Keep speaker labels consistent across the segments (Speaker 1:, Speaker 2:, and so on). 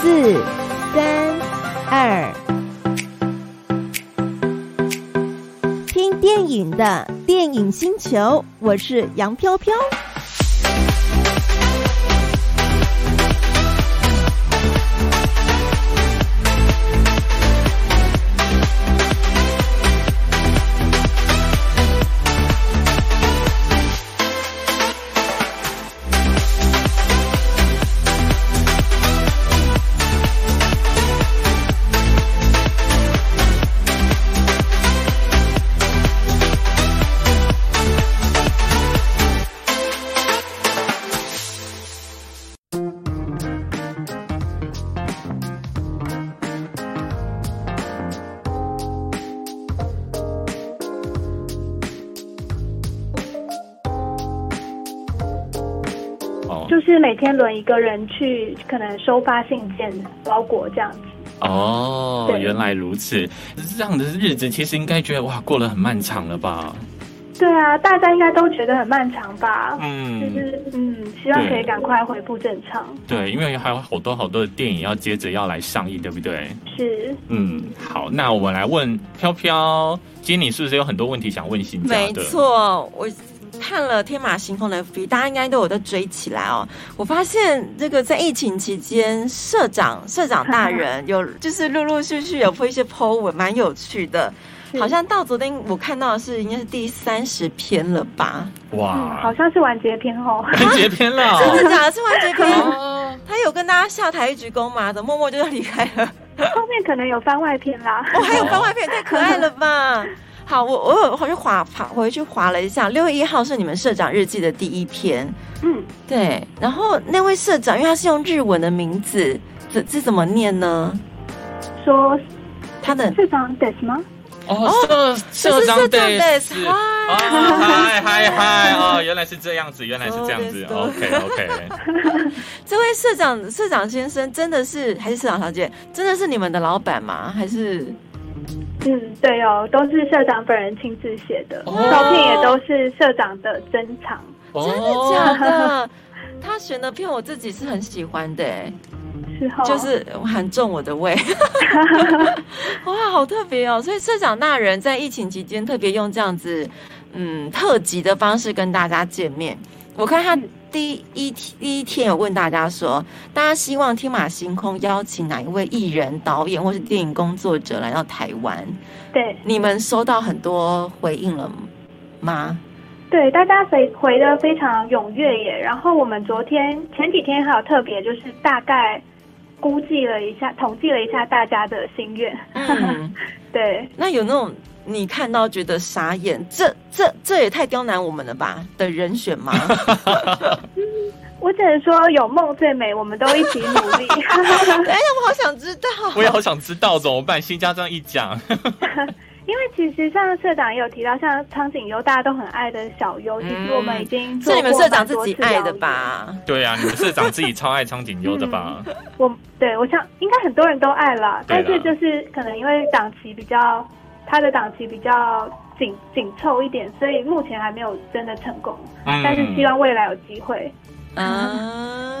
Speaker 1: 四三二，听电影的电影星球，我是杨飘飘。
Speaker 2: 哦
Speaker 3: 就是每天轮一个人去，可能收发信件、包裹这样子。
Speaker 2: 哦，
Speaker 3: 对
Speaker 2: 原来如此。这样的日子其实应该觉得哇，过得很漫长了吧？
Speaker 3: 对啊，大家应该都觉得很漫长吧？就
Speaker 2: 嗯，
Speaker 3: 是嗯，希望
Speaker 2: 对
Speaker 3: 可以赶快恢复正常。
Speaker 2: 对，因为还有好多好多的电影要接着要来上映，对不对？
Speaker 3: 是，
Speaker 2: 嗯，好，那我们来问飘飘，今天你是不是有很多问题想问新家
Speaker 4: 没
Speaker 2: 的？，
Speaker 4: 错，我看了天马行空的 FB，大家应该都有在追起来哦。我发现这个在疫情期间，社长社长 大人有就是陆陆续续有播一些 po 文，蛮有趣的。
Speaker 3: 是
Speaker 4: 好像到昨天我看到的是应该是第三十篇了 吧？啊
Speaker 3: 嗯，
Speaker 2: 哇
Speaker 3: 好，像是完结篇 哦。
Speaker 2: 截篇了
Speaker 4: 真
Speaker 2: 哦。
Speaker 4: 的假的？啊是完结篇？
Speaker 2: 哦
Speaker 4: 他有跟大家下台一鞠躬吗？怎么默默就离开 了？
Speaker 3: 后面可能有番外篇啦。
Speaker 4: 哦，还有番外篇，太可爱了吧！好，我我有回去划划回去划了一下，六月一号是你们社长日记的第一篇，
Speaker 3: 嗯，
Speaker 4: 对，然后那位社长，因为他是用日文的名字，这这怎么念呢？
Speaker 3: 说
Speaker 4: 他 的
Speaker 3: 社长 d e s 吗？
Speaker 2: 哦，社社
Speaker 4: 这
Speaker 2: 长
Speaker 4: 是社长
Speaker 2: 得
Speaker 4: desu，
Speaker 2: 是。
Speaker 4: 嗨
Speaker 2: 哦嗨嗨嗨！哦，原来是这样子，原来是这样子。
Speaker 4: そうで
Speaker 2: OK OK。
Speaker 4: 这位社长社长先生真的是还是社长小姐，真的是你们的老板吗？还是
Speaker 3: 嗯，对哦，都是社长本人亲自写的，
Speaker 2: 哦
Speaker 3: 照片也都是社长的珍藏。
Speaker 4: 真的假的？他选的片我自己是很喜欢的、欸，
Speaker 3: 是哦，
Speaker 4: 就是很重我的胃，哇，好特别哦！所以社长大人在疫情期间特别用这样子，嗯，特辑的方式跟大家见面。我看他第一天第一天有问大家说，大家希望天马行空邀请哪一位艺人、导演或是电影工作者来到台湾？
Speaker 3: 对
Speaker 4: 你们收到很多回应了吗？
Speaker 3: 对，大家回回的非常踊跃耶。然后我们昨天前几天还有特别，就是大概估计了一下，统计了一下大家的心愿。
Speaker 4: 嗯，
Speaker 3: 对，
Speaker 4: 那有那种你看到觉得傻眼，这这这也太刁难我们了吧的人选吗？
Speaker 3: 我只能说有梦最美，我们都一起努 力。
Speaker 4: 哎呀，我好想知道。
Speaker 2: 我也好想知道怎么办。新家这样一 讲，
Speaker 3: 因为其实像社长也有提到，像苍井优大家都很爱的小优，其实我们已经做
Speaker 4: 嗯是你们
Speaker 3: 过
Speaker 4: 社长
Speaker 3: 蛮
Speaker 4: 自
Speaker 3: 多
Speaker 4: 己
Speaker 3: 次
Speaker 4: 爱
Speaker 3: 邀
Speaker 4: 的
Speaker 3: 约？
Speaker 4: 吧？
Speaker 2: 对啊，你们社长自己超爱苍井优的吧？
Speaker 3: 我对我想应该很多人都爱啦，
Speaker 2: 对啦
Speaker 3: 但是就是可能因为档期比较，他的档期比较紧紧凑一点，所以目前还没有真的成功，
Speaker 2: 嗯
Speaker 3: 但是希望未来有机会。
Speaker 4: 啊，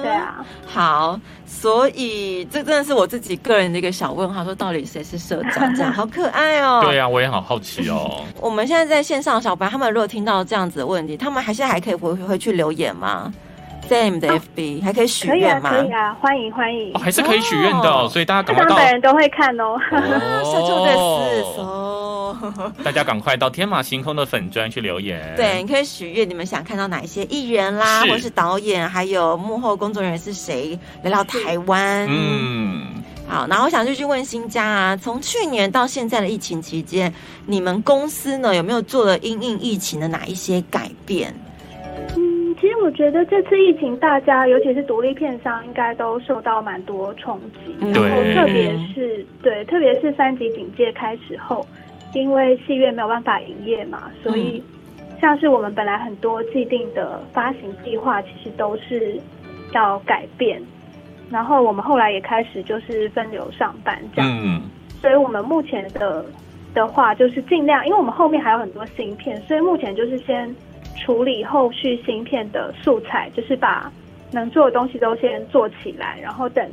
Speaker 3: 对。啊，
Speaker 2: 嗯
Speaker 4: 好，所以这真的是我自己个人的一个小问号，说到底谁是社长？ 这样好可爱哦。
Speaker 2: 对啊，我也好好奇哦。
Speaker 4: 我们现在在线上的小白，他们如果听到这样子的问题，他们还现在还可以回回去留言吗？在你们的 FB、还可以许
Speaker 3: 可以啊，
Speaker 4: 愿吗？
Speaker 3: 哦可以啊，欢迎欢迎
Speaker 2: 哦，，还是可以许愿的哦，
Speaker 4: 哦
Speaker 2: 所以大家
Speaker 3: 社
Speaker 2: 赶
Speaker 3: 长
Speaker 2: 快
Speaker 3: 本
Speaker 2: 到，
Speaker 3: 人都会看哦。
Speaker 4: 啊，社畜的事
Speaker 2: 哦
Speaker 4: 哦。
Speaker 3: 哎
Speaker 2: 大家赶快到天马行空的粉砖去留言。
Speaker 4: 对，，你可以许愿，你们想看到哪一些艺人啦，
Speaker 2: 是
Speaker 4: 或是导演，还有幕后工作人员是谁来到台湾？嗯，
Speaker 2: 嗯，
Speaker 4: 好，然后我想就去问新家啊，从去年到现在的疫情期间，你们公司呢有没有做了因应疫情的哪一些改变？
Speaker 3: 嗯，其实我觉得这次疫情，大家尤其是独立片商，应该都受到蛮多冲击。
Speaker 4: 嗯
Speaker 3: 然后
Speaker 2: 对
Speaker 3: 特别是对，特别是三级警戒开始后，因为戏院没有办法营业嘛，所以像是我们本来很多既定的发行计划，其实都是要改变。然后我们后来也开始就是分流上班这样，
Speaker 2: 嗯，
Speaker 3: 所以我们目前的的话就是尽量，因为我们后面还有很多新片，所以目前就是先处理后续新片的素材，就是把能做的东西都先做起来，然后等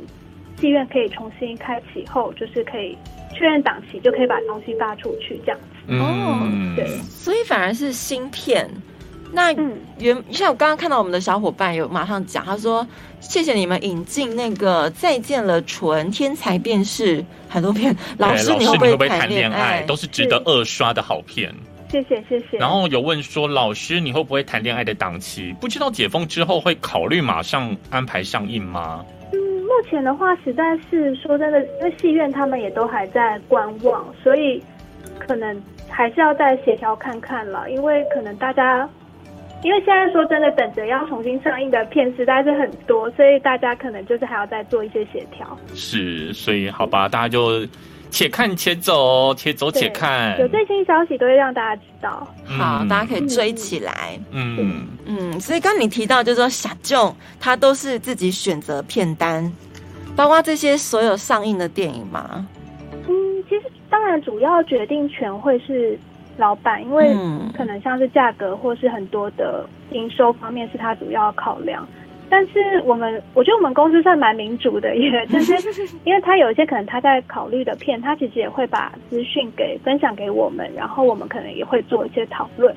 Speaker 3: 戏院可以重新开启后，就是可以确认档期，就可以把东西发出去这样子。
Speaker 2: 嗯，
Speaker 3: 对，
Speaker 4: 所以反而是芯片。那
Speaker 3: 嗯，
Speaker 4: 原像我刚刚看到我们的小伙伴有马上讲，他说谢谢你们引进那个《再见了纯天才便是》很多片，老
Speaker 2: 哎
Speaker 4: 师
Speaker 2: 老
Speaker 4: 你
Speaker 2: 师你
Speaker 4: 会不
Speaker 2: 会
Speaker 4: 会
Speaker 2: 不会
Speaker 4: 谈
Speaker 2: 谈恋爱？
Speaker 4: 爱？
Speaker 2: 都是值得二刷的好片。
Speaker 3: 谢谢谢谢。
Speaker 2: 然后有问说，老师你会不会谈恋爱的档期？不知道解封之后会考虑马上安排上映吗？
Speaker 3: 嗯，目前的话，实在是说真的，因为戏院他们也都还在观望，所以可能还是要再协调看看了。因为可能大家，因为现在说真的，等着要重新上映的片实在是很多，所以大家可能就是还要再做一些协调。
Speaker 2: 是，所以好吧，大家就且看且走，且走且看。
Speaker 3: 有最新消息都会让大家知道。
Speaker 4: 好，
Speaker 2: 嗯
Speaker 4: 大家可以追起来。
Speaker 2: 嗯，
Speaker 4: 嗯，所以刚刚你提到，就是说小舅他都是自己选择片单，包括这些所有上映的电影嘛。
Speaker 3: 嗯，其实当然主要决定权会是老板，因为
Speaker 4: 嗯
Speaker 3: 可能像是价格或是很多的营收方面是他主要考量。但是我们，我觉得我们公司算蛮民主的耶，就是因为他有一些可能他在考虑的片，他其实也会把资讯给分享给我们，然后我们可能也会做一些讨论。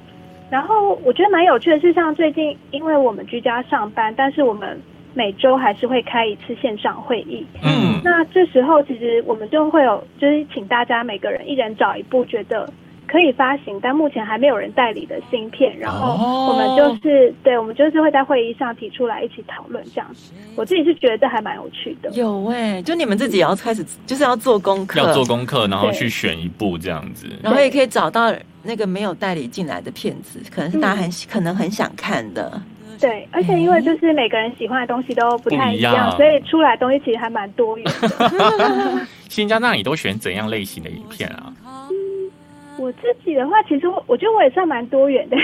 Speaker 3: 然后我觉得蛮有趣的是，像最近因为我们居家上班，但是我们每周还是会开一次线上会议，
Speaker 2: 嗯
Speaker 3: 那这时候其实我们就会有，就是请大家每个人一人找一部觉得可以发行，但目前还没有人代理的芯片，然
Speaker 2: 哦
Speaker 3: 后我们就是、对，我们就是会在会议上提出来一起讨论这样子。我自己是觉得还蛮有趣的，
Speaker 4: 有哎、就你们自己也要开始，就是要做功课，
Speaker 2: 要做功课，然后
Speaker 3: 对
Speaker 2: 去选一部这样子。
Speaker 4: 然后也可以找到那个没有代理进来的片子，可能是大家很、可能很想看的。
Speaker 3: 对，而且因为就是每个人喜欢的东西都不太一样，
Speaker 2: 不一样
Speaker 3: 所以出来东西其实还蛮多元的。
Speaker 2: 新加那你都选怎样类型的影片啊？
Speaker 3: 我自己的话，其实我我觉得我也算蛮多元的，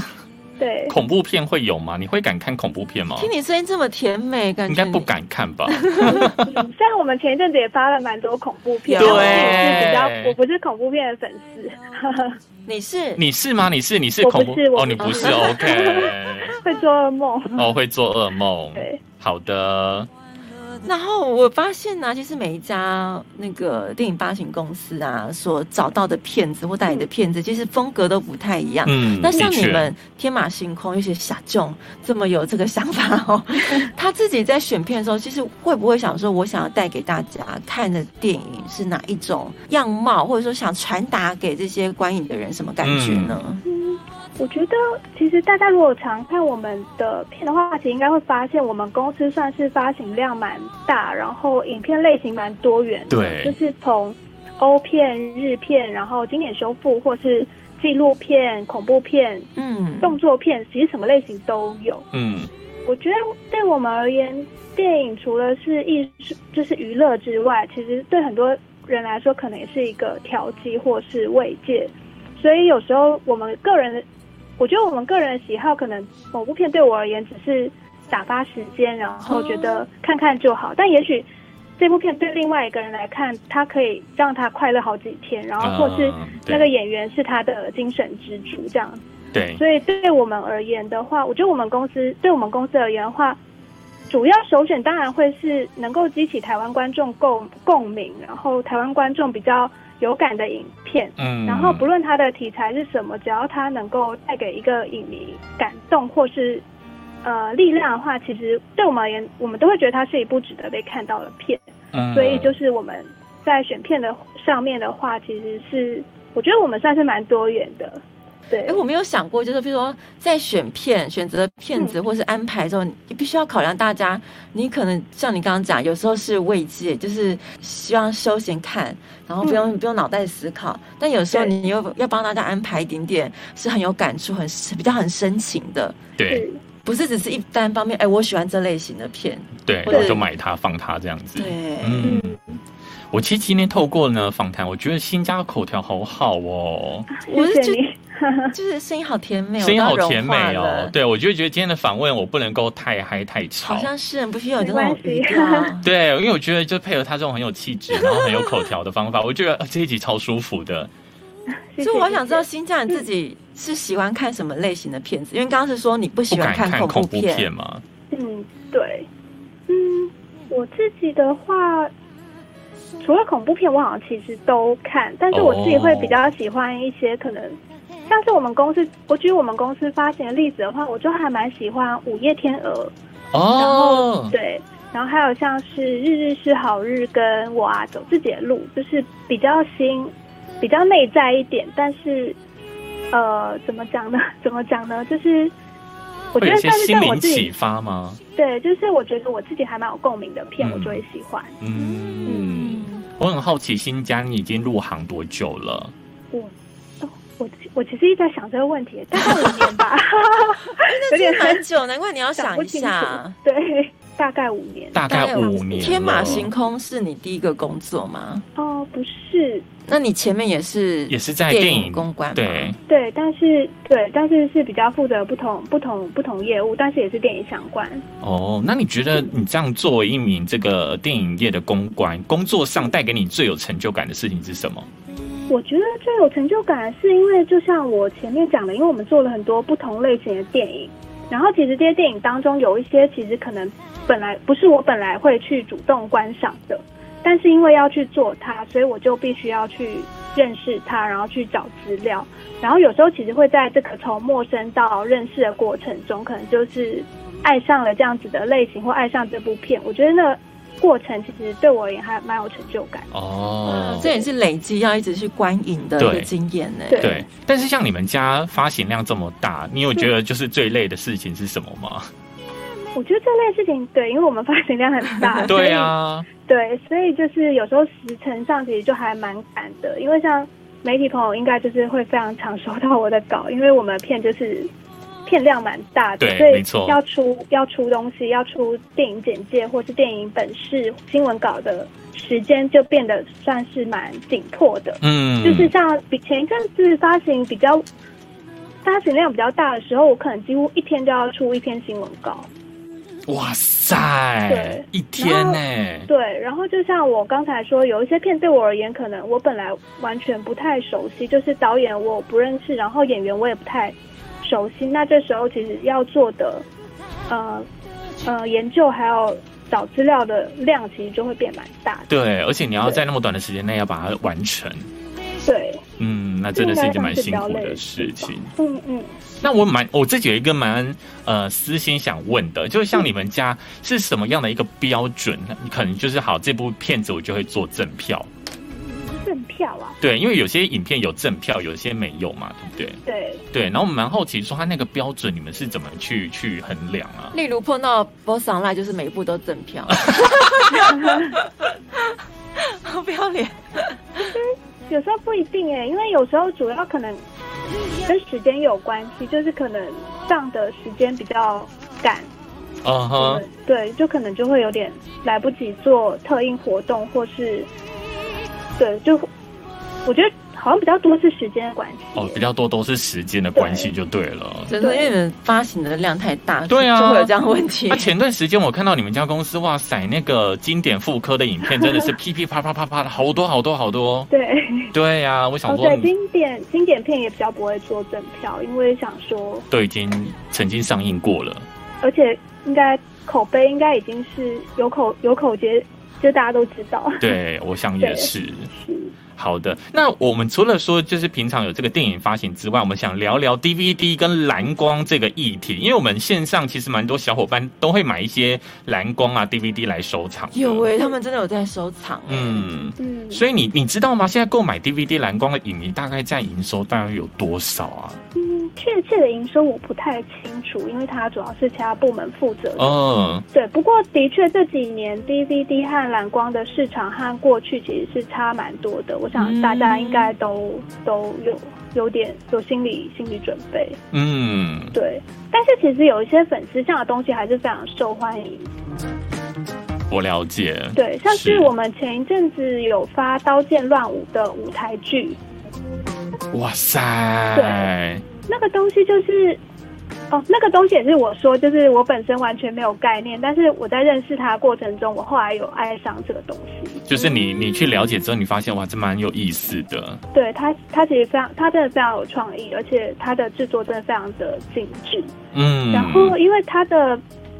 Speaker 3: 对，
Speaker 2: 恐怖片会有吗？你会敢看恐怖片吗？
Speaker 4: 听你声音这么甜美，
Speaker 2: 哦
Speaker 4: 感觉
Speaker 2: 应该
Speaker 4: 你
Speaker 2: 不。敢看吧？
Speaker 3: 嗯虽然我们前一阵子也发了蛮多恐怖片，
Speaker 4: 对
Speaker 3: 但我也是比较，我不是恐怖片的粉丝，
Speaker 4: 你是
Speaker 2: 你是吗？你是你是
Speaker 3: 我不
Speaker 2: 恐怖
Speaker 3: 是我
Speaker 2: 哦？你
Speaker 3: 不
Speaker 2: 不是
Speaker 3: 是
Speaker 2: OK？
Speaker 3: 会做噩梦。
Speaker 2: 哦，会做噩梦。
Speaker 3: 对，
Speaker 2: 好的，
Speaker 4: 然后我发现呢、其实每一家那个电影发行公司啊，所找到的片子或代理的片子，其实风格都不太一样。
Speaker 2: 嗯，
Speaker 4: 那像
Speaker 2: 的
Speaker 4: 你
Speaker 2: 确
Speaker 4: 们天马行空，尤其小众这么有这个想法 哦，他自己在选片的时候，其实会不会想说，我想要带给大家看的电影是哪一种样貌，或者说想传达给这些观影的人什么感觉呢？
Speaker 3: 嗯，我觉得其实大家如果常看我们的片的话，其实应该会发现我们公司算是发行量蛮大，然后影片类型蛮多元的，
Speaker 2: 对
Speaker 3: 就是从欧片、日片，然后经典修复或是纪录片、恐怖片、
Speaker 4: 嗯，
Speaker 3: 动作片，其实什么类型都有。
Speaker 2: 嗯
Speaker 3: 我觉得对我们而言，电影除了是艺术，就是娱乐之外，其实对很多人来说，可能也是一个调剂或是慰藉。所以有时候我们个人的，我觉得我们个人的喜好，可能某部片对我而言只是打发时间，然后觉得看看就好。但也许这部片对另外一个人来看，他可以让他快乐好几天，然后或是
Speaker 2: 嗯对
Speaker 3: 那个演员是他的精神支柱这样子。
Speaker 2: 对，
Speaker 3: 所以对我们而言的话，我觉得我们公司对我们公司而言的话，主要首选当然会是能够激起台湾观众共共鸣，然后台湾观众比较有感的影片。
Speaker 2: 嗯，
Speaker 3: 然后不论它的题材是什么，只要它能够带给一个影迷感动或是呃力量的话，其实对我们而言，我们都会觉得它是一部值得被看到的片。
Speaker 2: 嗯，
Speaker 3: 所以就是我们在选片的上面的话，其实是我觉得我们算是蛮多元的。对，
Speaker 4: 哎，我没有想过，就是比如说在选片、选择
Speaker 3: 嗯
Speaker 4: 片子或是安排的时候，你必须要考量大家，你可能像你刚刚讲，有时候是慰藉，就是希望休闲看，然后不用、不用脑袋思考；但有时候
Speaker 3: 嗯对
Speaker 4: 你又要帮大家安排一点点是很有感触、很比较很深情的，
Speaker 2: 对
Speaker 3: 是
Speaker 4: 不是只是一单方面。哎，我喜欢这类型的片，
Speaker 2: 对，
Speaker 4: 或者
Speaker 2: 我就买它放它这样子。
Speaker 4: 对，
Speaker 2: 嗯，我其实今天透过呢访谈，我觉得新加口条好好哦，
Speaker 4: 我是
Speaker 3: 谢谢
Speaker 4: 觉
Speaker 3: 你。
Speaker 4: 就是声音好甜美，
Speaker 2: 嗯声音好甜美
Speaker 4: 哎我都要融化
Speaker 2: 哦
Speaker 4: 了。，
Speaker 2: 对，我就觉得今天的访问我不能够太嗨太吵
Speaker 4: 好。像是很不需要有这
Speaker 3: 没
Speaker 4: 种
Speaker 3: 关系
Speaker 4: 语调。啊
Speaker 2: 对，因为我觉得就配合他这种很有气质，然后很有口条的方法，我觉得呃这一集超舒服的。
Speaker 3: 谢谢
Speaker 4: 所以我想知道
Speaker 3: 谢
Speaker 4: 新疆人自己是喜欢看什么类型的片子，因为刚刚是说你不
Speaker 2: 不
Speaker 4: 喜欢
Speaker 2: 敢看
Speaker 4: 恐
Speaker 2: 恐
Speaker 4: 怖
Speaker 2: 怖
Speaker 4: 片，
Speaker 2: 嘛？
Speaker 3: 谢嗯，对，嗯，我自己的话，除了恐怖片，我好像其实都看，但是我自己会
Speaker 4: 哦
Speaker 3: 比较喜欢一些可能，像是我们公司，我举我们公司发行的例子的话，我就还蛮喜欢《午夜天鹅》，
Speaker 2: 哦，
Speaker 3: 对，然后还有像是《日日是好日》跟《我啊走自己的路》，就是比较新、比较内在一点，但是呃，怎么讲呢？ 怎么讲呢？就是我
Speaker 2: 会有
Speaker 3: 觉得
Speaker 2: 一些
Speaker 3: 算是
Speaker 2: 心
Speaker 3: 在我
Speaker 2: 灵
Speaker 3: 自己
Speaker 2: 启发吗？
Speaker 3: 对，就是我觉得我自己还蛮有共鸣的片，
Speaker 2: 嗯
Speaker 3: 我就会喜欢。
Speaker 2: 嗯，我很好奇，新疆你已经入行多久了？
Speaker 3: 我哦，我我其实一直在想这个问题，大概五年吧，
Speaker 4: 哎
Speaker 3: 有点
Speaker 4: 蛮久，难怪你要想
Speaker 3: 不
Speaker 4: 一
Speaker 3: 清
Speaker 4: 下啊
Speaker 3: 楚。。对，大概五年。
Speaker 2: 大概五年了。
Speaker 4: 天马行空是你第一个工作吗？
Speaker 3: 哦，不是，
Speaker 4: 那你前面也是
Speaker 2: 也是在
Speaker 4: 电
Speaker 2: 电
Speaker 4: 影
Speaker 2: 影
Speaker 4: 公关吗
Speaker 2: 对，
Speaker 3: 对，但是对，但是是比较负责不同不同不同业务，但是也是电影相关。
Speaker 2: 哦，那你觉得你这样作为一名这个电影业的公关，工作上带给你最有成就感的事情是什么？
Speaker 3: 我觉得最有成就感，是因为就像我前面讲的，因为我们做了很多不同类型的电影，然后其实这些电影当中有一些其实可能本来不是我本来会去主动观赏的，但是因为要去做它，所以我就必须要去认识它，然后去找资料，然后有时候其实会在这个从陌生到认识的过程中，可能就是爱上了这样子的类型或爱上这部片，我觉得那过程其实对我也还蛮有成就感。
Speaker 2: 哦
Speaker 3: 呃
Speaker 4: 哇，这也是累积要一直去观影的一个
Speaker 2: 对
Speaker 4: 经验呢。
Speaker 3: 对
Speaker 2: 对。但是像你们家发行量这么大，你有觉得就是最累的事情是什么吗？
Speaker 3: 我觉得这类事情，对，因为我们发行量很 大，
Speaker 2: 对啊，
Speaker 3: 对，所以就是有时候时辰上其实就还蛮赶的，因为像媒体朋友应该就是会非常常收到我的稿，因为我们的片就是片量蛮大的，
Speaker 2: 对
Speaker 3: 所
Speaker 2: 没错
Speaker 3: 以要出要出东西，要出电影简介或是电影本市新闻稿的时间就变得算是蛮紧迫的。
Speaker 2: 嗯，
Speaker 3: 就是像比前一阵子发行比较发行量比较大的时候，我可能几乎一天就要出一篇新闻稿。
Speaker 2: 哇塞
Speaker 3: 对，
Speaker 2: 一天呢、
Speaker 3: 对，然后就像我刚才说，有一些片对我而言，可能我本来完全不太熟悉，就是导演我不认识，然后演员我也不太熟悉。那这时候其实要做的，呃呃，研究还有找资料的量，其实就会变蛮大的。
Speaker 2: 对，而且你要
Speaker 3: 对
Speaker 2: 在那么短的时间内要把它完成，
Speaker 3: 对，
Speaker 2: 嗯，那真的是一件蛮辛苦的事情。
Speaker 3: 嗯嗯，
Speaker 2: 那我蛮我自己有一个蛮呃私心想问的，就是像你们家是什么样的一个标准？你可能就是好这部片子我就会做赠票，
Speaker 3: 赠票啊，
Speaker 2: 对，因为有些影片有赠票，有些没有嘛，对不对？
Speaker 3: 对，
Speaker 2: 对，然后我蛮好奇说他那个标准你们是怎么去去衡量啊？
Speaker 4: 例如碰到 Boss Online，就是每一部都赠 票，好不要脸。
Speaker 3: 有时候不一定哎，因为有时候主要可能跟时间有关系，就是可能上的时间比较赶。
Speaker 2: 嗯哼、
Speaker 3: 对，就可能就会有点来不及做特应活动，或是对，就我觉得好像比较多是时间的关系。
Speaker 2: 哦，比较多都是时间的关系就对了。
Speaker 4: 真的，因为你们发行的量太大，
Speaker 2: 对啊
Speaker 4: 就会有这样的问题
Speaker 2: 那、。前段时间我看到你们家公司，哇塞，那个经典妇科的影片真的是噼噼啪啪啪啪的，好多好多好多。
Speaker 3: 对，
Speaker 2: 对呀、我想
Speaker 3: 哦
Speaker 2: 说嗯
Speaker 3: 对，
Speaker 2: 你
Speaker 3: 经典经典片也比较不会做赠票，因为想说，
Speaker 2: 都已经曾经上映过了。
Speaker 3: 而且应该口碑应该已经是有口有口皆，就大家都知道。
Speaker 2: 对，我想也
Speaker 3: 嗯对
Speaker 2: 是。
Speaker 3: 是
Speaker 2: 好的，那我们除了说就是平常有这个电影发行之外，我们想聊聊 DVD 跟蓝光这个议题，因为我们线上其实蛮多小伙伴都会买一些蓝光啊 DVD 来收藏的。
Speaker 4: 有
Speaker 3: 欸
Speaker 4: 欸诶、他们真的有在收藏、欸。
Speaker 2: 嗯，
Speaker 3: 嗯，
Speaker 2: 所以你你知道吗？现在购买 DVD 蓝光的影迷大概占营收大概有多少啊？
Speaker 3: 嗯，确切的营收我不太清楚，因为它主要是其他部门负责的。
Speaker 2: 嗯，
Speaker 3: 对，不过的确这几年 DVD 和蓝光的市场和过去其实是差蛮多的，我想大家应该都、都有有点有心理心理准备。
Speaker 2: 嗯，
Speaker 3: 对，但是其实有一些粉丝向的东西还是非常受欢迎。
Speaker 2: 我了解。
Speaker 3: 对，像
Speaker 2: 是
Speaker 3: 是我们前一阵子有发《刀剑乱舞》的舞台剧，
Speaker 2: 哇塞，
Speaker 3: 那个东西就是。哦，那个东西也是我说，就是我本身完全没有概念，但是我在认识它的过程中，我后来有爱上这个东西。
Speaker 2: 就是你你去了解之后，你发现哇，这蛮有意思的。
Speaker 3: 对他，他其实非常，他真的非常有创意，而且他的制作真的非常的精致。
Speaker 2: 嗯，
Speaker 3: 然后，因为他的，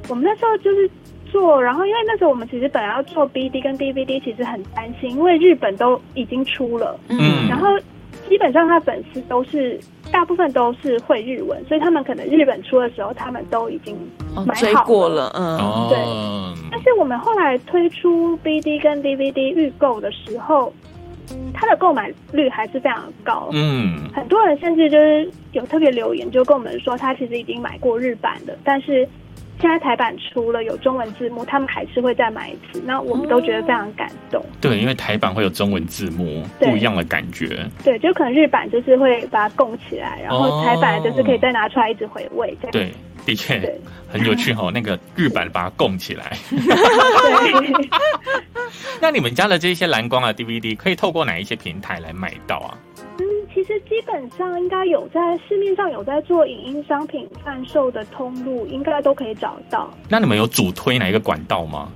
Speaker 3: 我们那时候就是做，然后因为那时候我们其实本来要做 BD 跟 DVD，其实很担心，因为日本都已经出了，
Speaker 2: 嗯
Speaker 3: 然后基本上他粉丝都是大部分都是会日文，所以他们可能日本出的时候，他们都已经
Speaker 4: 哦
Speaker 3: 买好
Speaker 4: 追过了，嗯，
Speaker 2: 哦，
Speaker 3: 但是我们后来推出 BD 跟 DVD 预购的时候，它的购买率还是非常高。
Speaker 2: 嗯
Speaker 3: 很多人甚至就是有特别留言，就跟我们说他其实已经买过日版的，但是现在台版出了有中文字幕，他们还是会再买一次。那我们都觉得非常感动。
Speaker 2: 对，因为台版会有中文字幕，
Speaker 3: 对
Speaker 2: 不一样的感觉。
Speaker 3: 对，就可能日版就是会把它供起来，然
Speaker 2: 哦
Speaker 3: 后台版就是可以再拿出来一直回味。这样
Speaker 2: 对，的确
Speaker 3: 对
Speaker 2: 很有趣哈、哦那个日版把它供起来。
Speaker 3: 对，
Speaker 2: 那你们家的这些蓝光啊 DVD 可以透过哪一些平台来买到啊？
Speaker 3: 嗯，其实基本上应该有在市面上有在做影音商品贩售的通路，应该都可以找到。
Speaker 2: 那你们有主推哪一个管道吗？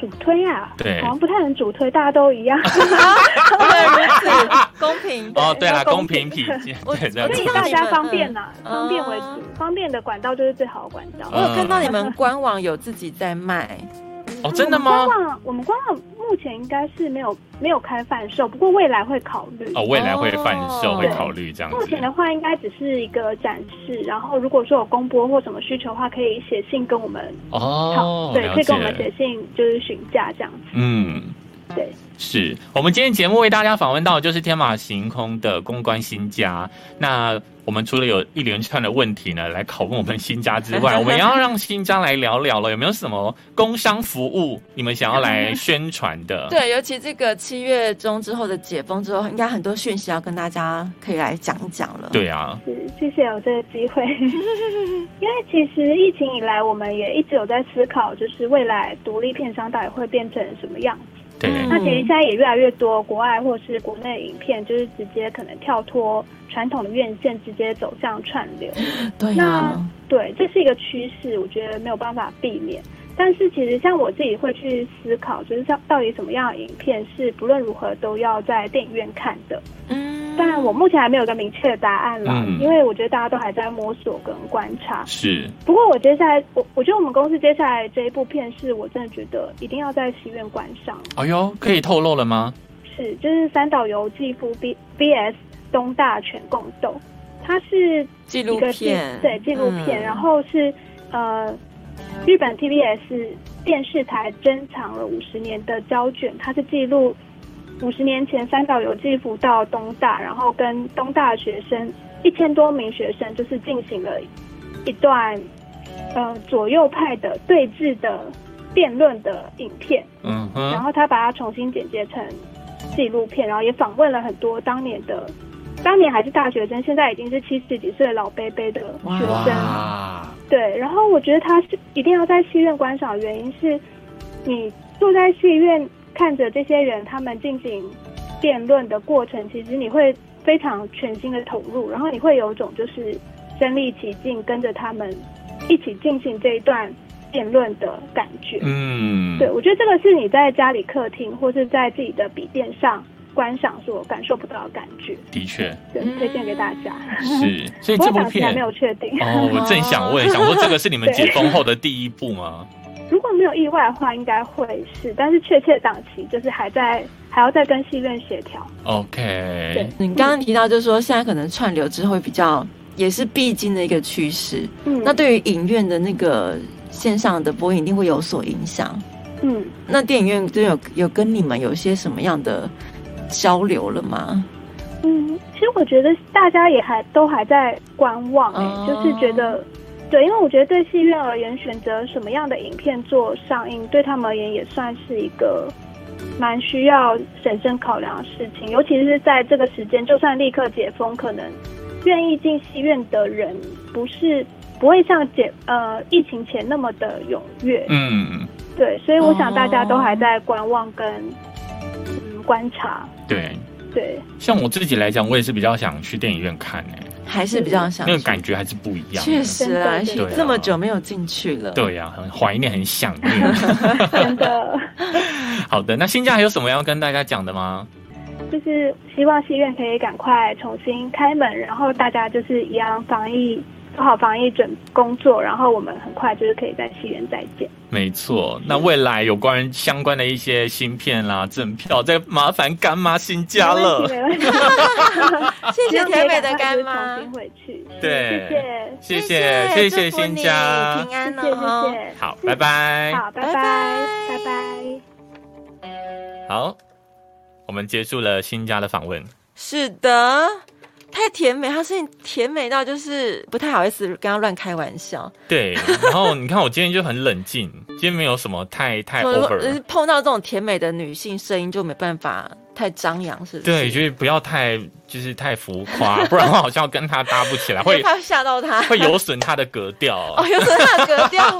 Speaker 3: 主推啊，
Speaker 2: 对
Speaker 3: 好像不太能主推，大家都一样。
Speaker 4: 不能如此公平
Speaker 2: 哦，对啦，
Speaker 3: 要
Speaker 2: 公
Speaker 3: 公
Speaker 2: 平
Speaker 3: 平
Speaker 2: 匹
Speaker 4: 我
Speaker 2: 对对
Speaker 4: 我
Speaker 3: 所以
Speaker 4: 知
Speaker 2: 对
Speaker 4: 道
Speaker 3: 大家方便啦，
Speaker 4: 嗯
Speaker 3: 方便为
Speaker 2: 哦
Speaker 3: 主，方便的管道就是最好的管道。
Speaker 2: 呃
Speaker 4: 我有看到你们官网有自己在卖，
Speaker 2: 哦，真的吗
Speaker 3: 我们？官网我们官网目前应该是没有没有开贩售，不过未来会考虑。
Speaker 2: 哦，未来会贩售，
Speaker 4: 哦
Speaker 2: 会考虑这样
Speaker 3: 目
Speaker 2: 子
Speaker 3: 前。的话，应该只是一个展示，然后如果说有公播或什么需求的话，可以写信跟我们
Speaker 2: 哦
Speaker 3: 讨，对，
Speaker 2: 了
Speaker 3: 可以跟我们
Speaker 2: 解
Speaker 3: 写。信，就是询价这样子。
Speaker 2: 嗯，
Speaker 3: 对，
Speaker 2: 是我们今天节目为大家访问到的就是天马行空的公关新家。那我们除了有一连串的问题呢，来拷问我们新家之外，我们也要让新家来聊聊了，有没有什么工商服务你们想要来宣传 的？，啊
Speaker 4: 对，尤其这个七月中之后的解封之后，应该很多讯息要跟大家可以来讲一讲了。，
Speaker 2: 对啊，
Speaker 3: 是，谢谢有这个机 会。因为其实疫情以来，我们也一直有在思考，就是未来独立片商到底会变成什么样子。
Speaker 2: 对，啊
Speaker 4: 嗯
Speaker 3: 那其实现在也越来越多国外或是国内的影片，就是直接可能跳脱传统的院线，直接走向串流。
Speaker 4: 对呀、
Speaker 3: 那对，这是一个趋势，我觉得没有办法避免。但是其实像我自己会去思考，就是像到底什么样的影片是不论如何都要在电影院看的。
Speaker 4: 嗯，
Speaker 3: 但我目前还没有一个明确的答案啦，
Speaker 2: 嗯
Speaker 3: 因为我觉得大家都还在摸索跟观察。
Speaker 2: 是，
Speaker 3: 不过我接下来，我我觉得我们公司接下来这一部片是我真的觉得一定要在戏院观赏。
Speaker 2: 哎呦，可以透露了吗？
Speaker 3: 是，就是三岛由纪夫 B B S 东大全共斗，它是
Speaker 4: 纪录
Speaker 3: 一个是
Speaker 4: 片，
Speaker 3: 对纪录片，
Speaker 4: 嗯
Speaker 3: 然后是呃日本 T B S 电视台珍藏了五十年的胶卷，它是记录五十年前三岛由纪夫到东大，然后跟东大学生一千多名学生就是进行了一段呃左右派的对峙的辩论的影片。
Speaker 2: 嗯
Speaker 3: 然
Speaker 2: 哼，
Speaker 3: 后他把它重新剪接成纪录片，然后也访问了很多当年的，当年还是大学生，现在已经是七十几岁的老伯伯的学生。
Speaker 2: 哇，
Speaker 3: 对，然后我觉得他是一定要在戏院观赏，原因是你坐在戏院看着这些人他们进行辩论的过程，其实你会非常全心的投入，然后你会有一种就是身临其境，跟着他们一起进行这一段辩论的感觉。
Speaker 2: 嗯，
Speaker 3: 对，我觉得这个是你在家里客厅或是在自己的笔电上观赏所感受不到的感觉，
Speaker 2: 的确
Speaker 3: 对，
Speaker 4: 嗯
Speaker 3: 推荐给大家。
Speaker 2: 是，所以
Speaker 3: 不
Speaker 2: 嗯这
Speaker 3: 过
Speaker 2: 部
Speaker 3: 档期还
Speaker 2: 片
Speaker 3: 没有确定，
Speaker 2: 哦，我正想问，想说这个是你们解封后的第一部吗？
Speaker 3: 如果没有意外的话，应该会是，但是确切档期就是还在还要再跟戏院协调。
Speaker 2: OK，
Speaker 3: 对
Speaker 4: 你刚刚提到，就是说现在可能串流之后会比较，也是必经的一个趋势。
Speaker 3: 嗯，
Speaker 4: 那对于影院的那个线上的播映，一定会有所影响。
Speaker 3: 嗯。
Speaker 4: 那电影院就有有跟你们有一些什么样的交流了吗？
Speaker 3: 嗯，其实我觉得大家也还都还在观望、欸，
Speaker 4: 哦
Speaker 3: 就是觉得，对，因为我觉得对戏院而言，选择什么样的影片做上映，对他们而言也算是一个蛮需要审慎考量的事情，尤其是在这个时间，就算立刻解封，可能愿意进戏院的人不是。不会像解呃疫情前那么的踊跃，
Speaker 2: 嗯，
Speaker 3: 对，所以我想大家
Speaker 4: 哦
Speaker 3: 都还在观望跟、嗯观察，
Speaker 2: 对。
Speaker 3: 对，
Speaker 2: 像我自己来讲，我也是比较想去电影院看诶、
Speaker 4: 还是比较想
Speaker 2: 那个感觉还是不一样的。
Speaker 4: 确实啊，
Speaker 3: 真
Speaker 2: 的
Speaker 4: 这么久没有进去了。
Speaker 2: 对呀、很怀念，很想念。
Speaker 3: 真的。
Speaker 2: 好的，那新家还有什么要跟大家讲的 吗？
Speaker 3: 就是希望戏院可以赶快重新开门，然后大家就是一样防疫做好防疫准工作，然后我们很快就是可以在戏院再见。
Speaker 2: 没错，那未来有关相关的一些芯片啦、赠票，再麻烦干妈新家
Speaker 3: 没问
Speaker 2: 了
Speaker 3: 题，。没问题。
Speaker 4: 谢谢甜美的干妈
Speaker 3: 重，新回去。
Speaker 2: 对
Speaker 3: 谢谢，
Speaker 2: 谢谢谢谢
Speaker 4: 祝福
Speaker 2: 新
Speaker 4: 你
Speaker 2: 家，
Speaker 4: 平安
Speaker 3: 谢
Speaker 4: 哦。
Speaker 3: 谢，谢谢。
Speaker 2: 好，拜拜。
Speaker 3: 好，拜
Speaker 4: 拜
Speaker 3: 拜，
Speaker 4: 拜
Speaker 3: 拜拜。
Speaker 2: 好，我们结束了新家的访问。
Speaker 4: 是的，太甜美，她声音甜美到就是不太好意思跟她乱开玩笑。
Speaker 2: 对，然后你看我今天就很冷静，今天没有什么太太
Speaker 4: 我
Speaker 2: over，
Speaker 4: 呃碰到这种甜美的女性声音就没办法太张扬，是不是？
Speaker 2: 对，就是不要太就是太浮夸，不然我好像跟他搭不 起来，会
Speaker 4: 怕吓到她。
Speaker 2: 会有损他的格调。
Speaker 4: 哦，有时候她的格调，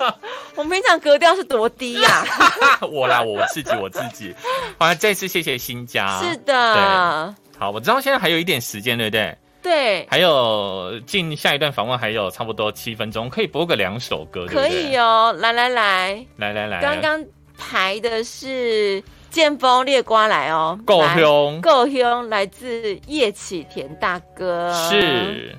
Speaker 4: 我们平常格调是多低 啊呀、
Speaker 2: 我啦，我自己我自己。好啦，再次谢谢新家。
Speaker 4: 是的，
Speaker 2: 好，我知道现在还有一点时间，对不对？
Speaker 4: 对，
Speaker 2: 还有进下一段访问还有差不多七分钟，可以播个两首歌，对不
Speaker 4: 可
Speaker 2: 对？
Speaker 4: 以哦。来来来，
Speaker 2: 来来啊来，
Speaker 4: 刚刚排的是《剑锋列瓜来》哦，
Speaker 2: 够
Speaker 4: 来
Speaker 2: 凶
Speaker 4: 够凶，来自叶启田大哥，
Speaker 2: 是